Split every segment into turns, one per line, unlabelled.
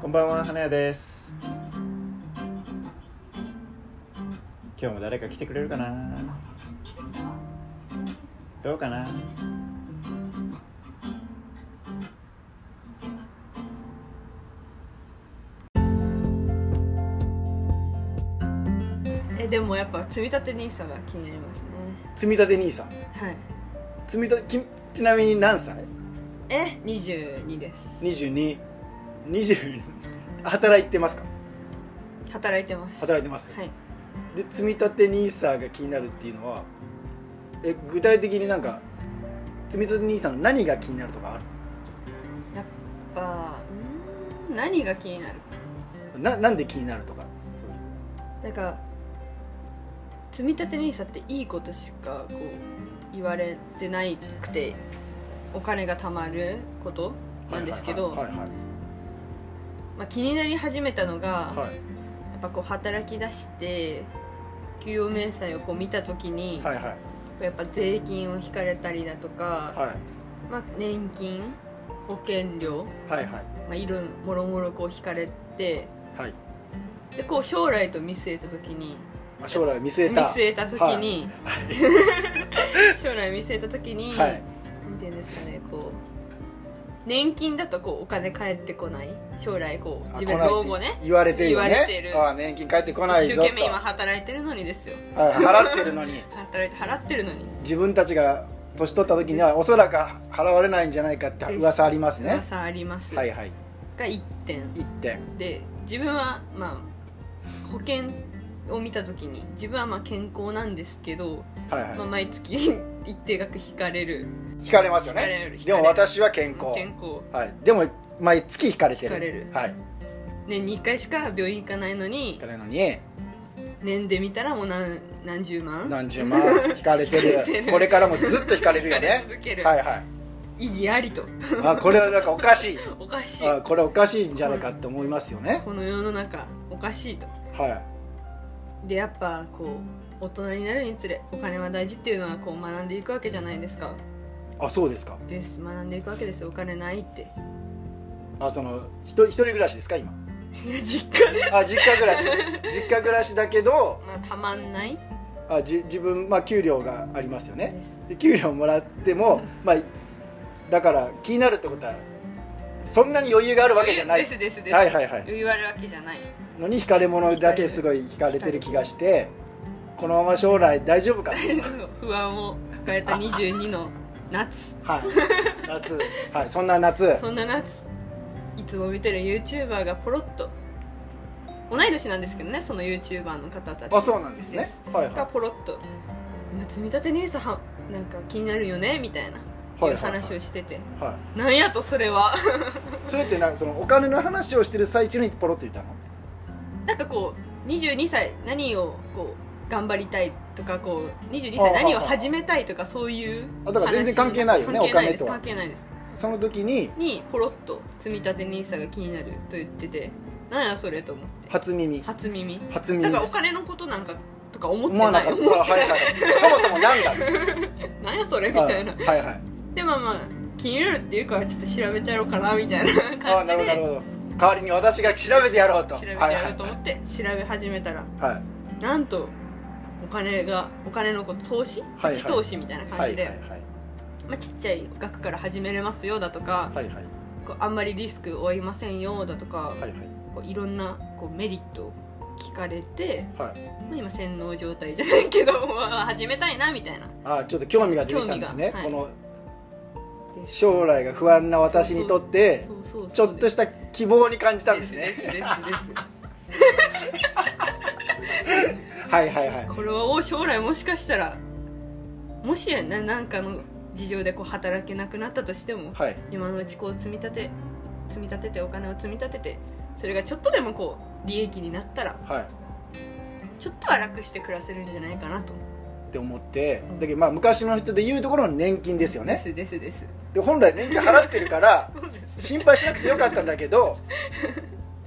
こんばんは、花屋です。今日も誰か来てくれるかな。どうかな。
えでもやっぱ積み立て NISA が気になりますね
積み立て兄さん。
はい
積み立て、きちなみに何歳。
え22です
二十二。二十。働いてますか。
働いてます
働いてます
はい
で、積み立て兄さんが気になるっていうのは。え、具体的になんか。積み立て兄さんの何が気になるとかある。
やっぱうーん何が気になる
な、なんで気になるとか。そういう
なんか積み立て NISA っていいことしかこう言われてないくてお金が貯まることなんですけど
はいはいはい。
まあ気になり始めたのが、
はい。
やっぱこう働き出して給与明細をこう見た時に、
はい。はい。はい。
やっぱ税金を引かれたりだとか、
はい。
まあ、年金保険料、
はいはい
まあ、いろもろもろこう引かれて
はい
でこう将来と見据えた時に
あ将来を見据え
見
た
据えた時に、将来見据えた時に、
は
何
い
なんていうんですかねこう年金だとこうお金返ってこない将来こう
あ
自分
来ない
老後ね
言われてるよね
言われてる
ああ年金返ってこない
一生
ぞと
懸命今働いてるのにですよ
はい払ってるのに
働いて払ってるのに
自分たちが年取った時にはおそらく払われないんじゃないかって
です
噂ありますね
噂あります、
はいはい
が1点
1点
で自分はまあ保険を見た時に自分はまあ健康なんですけど、
はい
まあ、
は
毎月 一定額引かれる
い引かれますよ
引かれる
ね
引か
で
れる
も私は健康
健康
はいでも毎月引かれて
引かれる
るはい
年に1回しか病院行かないのに
引かれるのに
年で見たらもう何何十万
何十万引かれて
引かれて
る
る
これからもずっと引かれるよ
引か
ね
れ続ける
はいはい
意義ありと
あこれはなんかおかしい
おかしい
あこれおかしいんじゃないかって思いますよね
この世の中おかしいと
はい
でやっぱこう大人になるにつれお金は大事っていうのはこう学んでいくわけじゃないですか
あそうですか
です学んでいくわけですよお金ないって
あそのひと一人暮らしですか今
いや実家で
あ実家暮らし実家暮らしだけど
まあたまんない
あじ自分まあ給料がありますよね
です
で給料もらってもまあだから気になるってことはそんなに余裕があるわけじゃない
ですですです、
はいはいはい
言われるわけじゃない
のに惹かれ物だけすごい惹かれてる気がしてこのまま将来大丈夫か
不安を抱えた22の夏
はい夏はいそんな夏
そんな夏いつも見てる YouTuber がポロッと同い年なんですけどねその YouTuber の方たち
あそうなんですねはいはい
がポロッと「今積み立て NISA はなんか気になるよね」みたいな、
はいはいはい
いう話をしてて
はい
なんやとそれは
それってなんかそのお金の話をしてる最中にポロッと言ったの
なんかこう22歳何をこう頑張りたいとかこう22歳何を始めたいとかそういう
あだから全然関係ないよね
話関係
お金とは
関係ないです
その時に
にポロッと積み立て NISA が気になると言っててなんやそれと思って
初耳
初耳
初耳
だから
で
お
す
金のことなんかとか思って
思わな
な
か
い
っ
思
た
っ
はいはいそもそもなんだ
なんや それみたいな
はいはいはい
でまあまあ気になるっていうからちょっと調べちゃろうかなみたいな
あ
感
な
じ
るほどなるほ
で
ど代わりに私が調べてやろうと
調べて
はい
や
は
ろうと思って調べ始めたら
いはい
なんとお金がお金のこと投資
はいはい
プチ投資みたいな
は
感
い
じ
はい
でまあちっちゃい額から始めれますよだとか
はいはいはい
こうあんまりリスク負いませんよだとか
はい
こういろんなこうメリットを聞かれて、
はい
まあ、今洗脳状態じゃないけど、まあ始めたいなみたいな
あちょっと興味が出てきたんですね
興味がはい
この
で
将来が不安な私にとって
そうそうそう
ちょっとした希望に感じたんです
で
ね
すですです
はいはいはい
これはお将来もしかしたらもしやななんかの事情でこう働けなくなったとしても、
はい
今のうちこう積み立て積み立ててお金を積み立ててそれがちょっとでもこう利益になったら
はい
ちょっとは楽して暮らせるんじゃないかなと、
って思ってだけどまあ昔の人で言うところの年金ですよ
で
ね
すですです
で本来年金払ってる から
そうです
心配しなくてよかったんだけど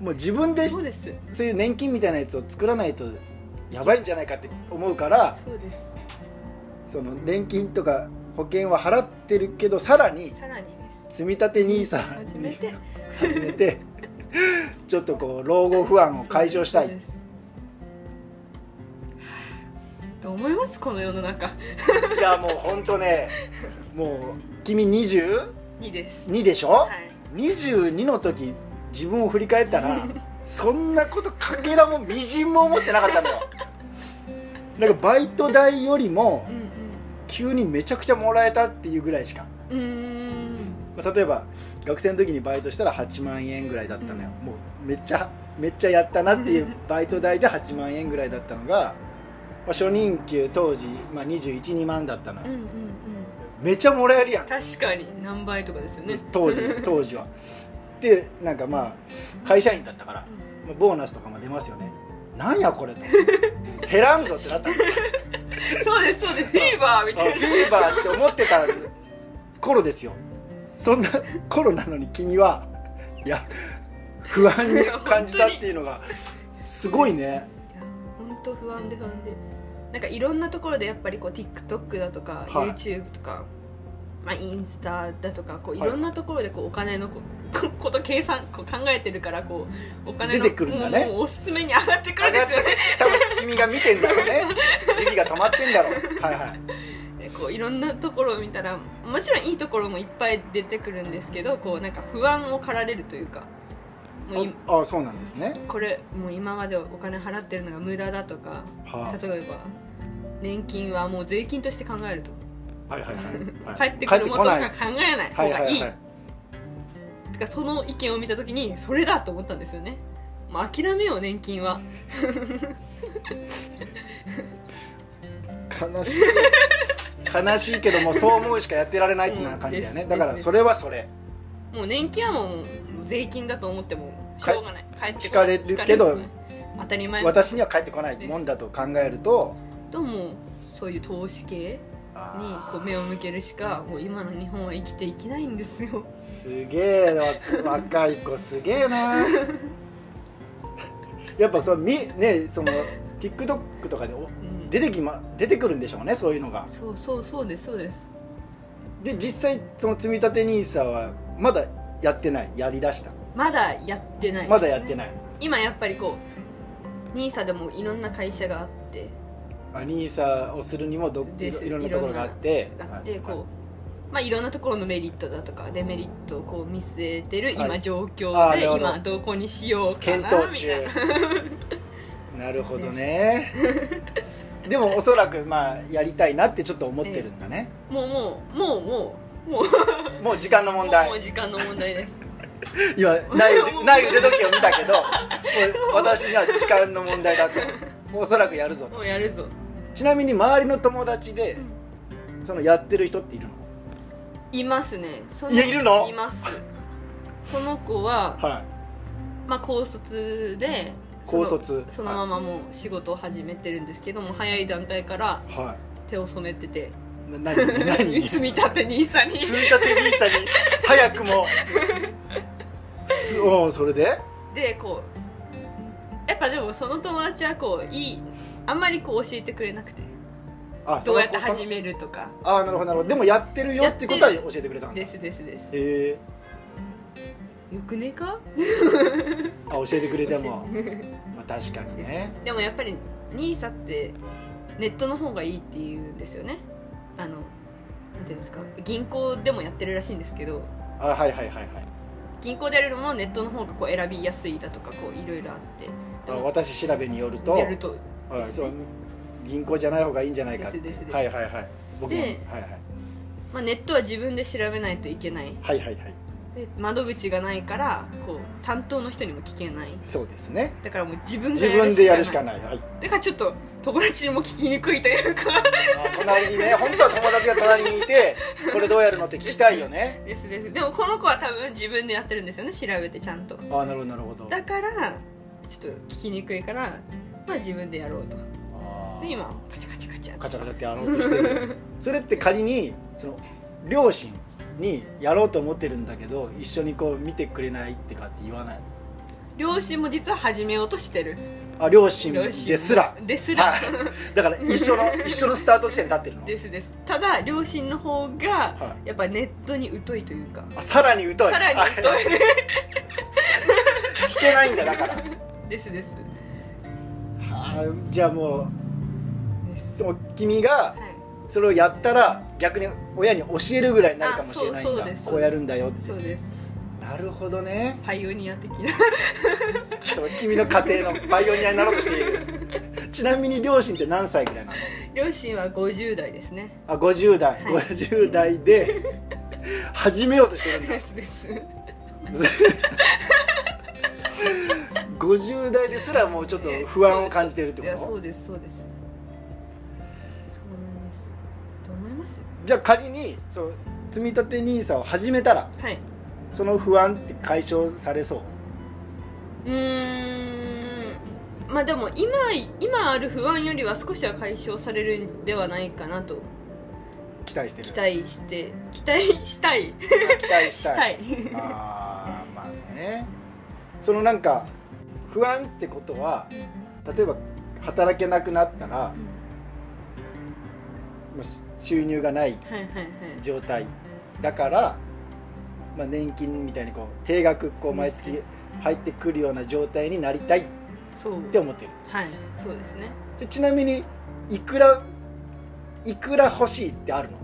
もう自分で
そうです
そういう年金みたいなやつを作らないとやばいんじゃないかって思うから
そうです
その年金とか保険は払ってるけどさらに
さらにです
積み立て NISA
初めて
始めてちょっとこう老後不安を解消した
そう
い
ですどう思いますこの世の中
いやもうほんとねもう君22
2です
でしょ、
はい
22の時自分を振り返ったらそんなことかけらもみじんも思ってなかったのよなんかバイト代よりも
う
急にめちゃくちゃもらえたっていうぐらいしか
んうんうん
まあ例えば学生の時にバイトしたら8万円ぐらいだったのよ、もうめっちゃめっちゃやったなっていう
うん
バイト代で8万円ぐらいだったのが、まあ、初任給当時、まあ、212万だったのよ、
うんうんうん
めちゃもらえるやん
確かに何倍とかですよね
当時当時はでなんかまあ会社員だったから
う、ん
まあボーナスとかも出ますよねなんやこれと 減らんぞってなったの
そうですそうですフィーバーみ
あ
たい
フィーバーって思ってた頃ですよそんな頃なのに君はいや不安に感じたっていうのがすごいね
ないや本当不安で不安でなんかいろんなところでやっぱりこう TikTok だとか、
はい
YouTube とか、まあ、インスタだとかこうい
はい
ろんなところでこうお 金のこここと計算こう考えてるからこうお金の
出てくるんだね
もうもうおすすめに上がってくる
上
んで
がって
すよね
多分君が見てんだろうね指が止まってんだろうはいはい
でこういろんなところを見たらもちろんいいところもいっぱい出てくるんですけどこうなんか不安を駆られるというかもうい
ああそうなんですね
これもう今までお金払ってるのが無駄だとか
はあ
例えば年金はもう税金として考えると
はいはいはい
帰
はい
ってくるものと
帰
か
って
考えない
こな
方
いは
がい
い
い
はいはい
てかその意見を見た時にそれだと思ったんですよねもう諦めよう年金は
悲しい悲しいけどもそう思うしかやってられないってな感じだよね、
うんで
だ
す
から
です
それはそれ
もう年金はもう税金だと思ってもしょうがない帰って
引かれるけど
引かれる当たり前
私には返ってこないもんだと考えると
ともうそういう投資系に
あ
こう目を向けるしかもう今の日本は生きていけないんですよ
ーすげえな若い子すげえな やっぱそのみねその TikTok とかでお
うん
出てき、ま、出てくるんでしょうねそういうのが
そうそうそうですそうです
で実際その積み立て NISA はまだやってないやりだした、
まだやってないですね
まだやってない
今やっぱりこう NISA でもいろんな会社があって
あ NISA をするにもどい
です
ろいろんなところがあって
あって
はい
こう、まあ、いろんなところのメリットだとかデメリットをこう見据えてる
は
今
い
状
あ
況
ーな
で
るほど
今どこにしようか
検
な
討中
み たいな
なるほどねでもおそらくまあやりたいなってちょっと思ってるんだね、
もうもうもうもうもう
もう時間の問題
もう時間の問題です
今ない腕ない腕時計を見たけ どもう私には時間の問題だとおそらくやるぞと
もうやるぞ
ちなみに周りの友達でそのやってる人っているの
いますねそ
いやいるの
いますその子は、
はい
まあ、高卒で
高卒
そのそのままもう仕事を始めてるんですけども早い段階から
は
手を染めてて
いな何に何 に
積み立て NISA に
積み立て n さに早く もすおうそれで
でこうやっぱでもその友達はこういいあんまりこう教えてくれなくて
あ
どうやって始
め
めるとか
ああなるほどなるほどでもやってるよっていうことは教えてくれたんだ
で
へ
すですです
え
よくねえか
あ教えてくれてもまあ確かにね
でもやっぱり NISA ってネットの方がいいっていうんですよねあのなんていうんですか銀行でもやってるらしいんですけど
あはいはいはいはい
銀行でやるのもネットの方がこう選びやすいだとかこういろいろあって
あ
でも
私調べによると
やると
はい、そう銀行じゃない方がいいんじゃないかって
ですですです
はいはいはい僕もはい
で
はい
まあ、ネットは自分で調べないといけない
はいはいはい
で窓口がないからこう担当の人にも聞けない
そうですね
だからもう自分が
自分でやるし
しか
か
ない
ない、はい、
だからちょっと友達にも聞きにくいというか
あ隣にね本当は友達が隣にいてこれどうやるのって聞きたいよね
ですですでもこの子は多分自分でやってるんですよね調べてちゃんと
あなるほどなるほど
だからちょっと聞きにくいからまあ自分でやろうと
あ
で
ー
今カチャカチャカチャ
カチャカチャってやろうとして るそれって仮にその両親にやろうと思ってるんだけど一緒にこう見てくれないってかって言わない
両親も実は始めようとしてる
あ両親
両
で
親
すら
ですら、
はいだから一緒の一緒のスタート地点に立ってるの
ですですただ両親の方
は
がやっぱネットに疎いというか
あさらに疎い
さらに疎
あ
い
聞けないんだだから
ですです
あじゃあも
です
うもう君が
はい
それをやったら逆に親に教えるぐらいになるかもしれないん
あそうそう
だ
です
こうやるんだよ
そうです
なるほどね
パイオニア的な
その君の家庭のバイオニアになろうとしているちなみに両親って何歳ぐらいなの
両親は50代ですね
あ50代、
はい
50代で始めようとしてるんだ
ですです
50代ですらもうちょっと不安を感じてるって
いや
こ
そ
と
うですそうですそうなんですと思います
じゃあ仮にその積み立て NISA を始めたら
はい
その不安って解消されそう
うーんまあでも今今ある不安よりは少しは解消されるんではないかなと
期待してる
期待して期待したい
期待し
した
い
たい
あーまあねそのなんか不安ってことは例えば働けなくなったらもうし収入がない
はいはいはい
状態だから、まあ、年金みたいにこう定額こう毎月入ってくるような状態になりたいっ
そう
て思ってる
はいそうですね
でちなみにいくらいくら欲しいってあるの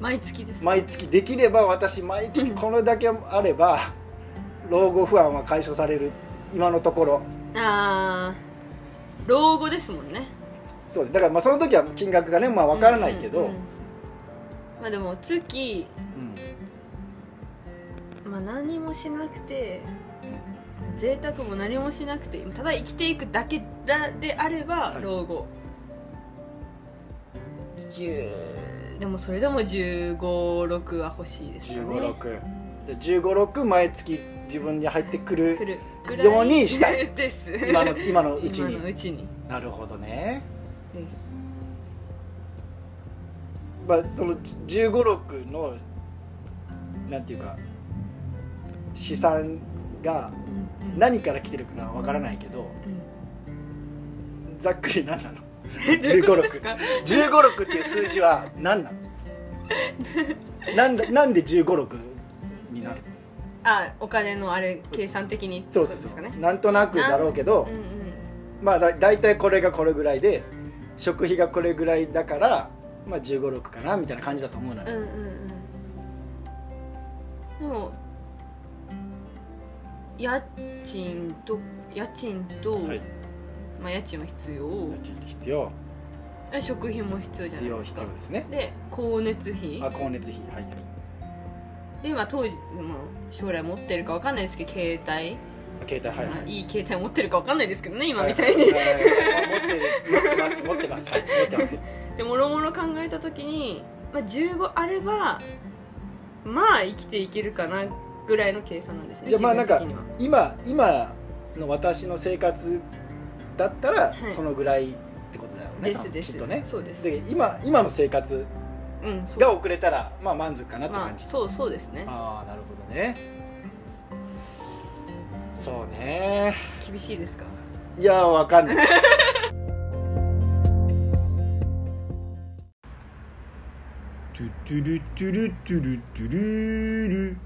毎月です
毎月できれば私毎 月これだけあれば老後不安は解消される今のところ
ああ老後ですもんね
そうですだからまあその時は金額がねまあ分からないけ
うん
ど
うんうんまあでも月
うん
まあ何もしなくて贅沢も何もしなくてただ生きていくだけだであれば
はい
老後、十でもそれでも1 5六6は欲しいですかね
1516で1516毎月自分に入ってく
来
る
るぐ
ようにしたい
です
今の今のうち
今の
に
うちに
なるほどね
です
まあその1516のなんていうか資産が
うんうん
何から来てるかは分からないけど
うん
ざっくり何な の
どういうことです
1516
か
1 5六っていう数字は何なのなんだなんで1 5六になる
あお金のあれ計算的に
そうそう
っ
そ
てこ
う、
とですかね
なんとなくだろうけど
うんうん
まあだ大体これがこれぐらいで食費がこれぐらいだから、まあ、1 5六かなみたいな感じだと思うの
う
よ、
んうんうんでも家賃と家賃と、
はい
まあ、家賃は必
家
要
賃って必要
食費も必要じゃ
必
ない
要
です
必
か
要ですね
で光熱費
あ光熱費はいはい
で今当時も将来持ってるか分かんないですけど携帯、
携帯はいはい
まあ、いい携帯持ってるか分かんないですけどね今みたい
は
に、
ははい持ってる持ってます持ってますはい持って ますよ
でもろもろ考えた時に、まあ、15あればまあ生きていけるかなぐらいの計算なんですね
じゃあまあなん
自分
か
的には
今今の私の生活だったら
はい
そのぐらいってことだよね、
ですです
きっとね
そうです
で今今の生活
うんそう
が遅れたらまあ満足かなって
ま
感
あ、
じ、
そうそうですね
ああなるほどねそうね
厳しいですか
いやわかんないトゥトゥルトゥルトゥルトゥルル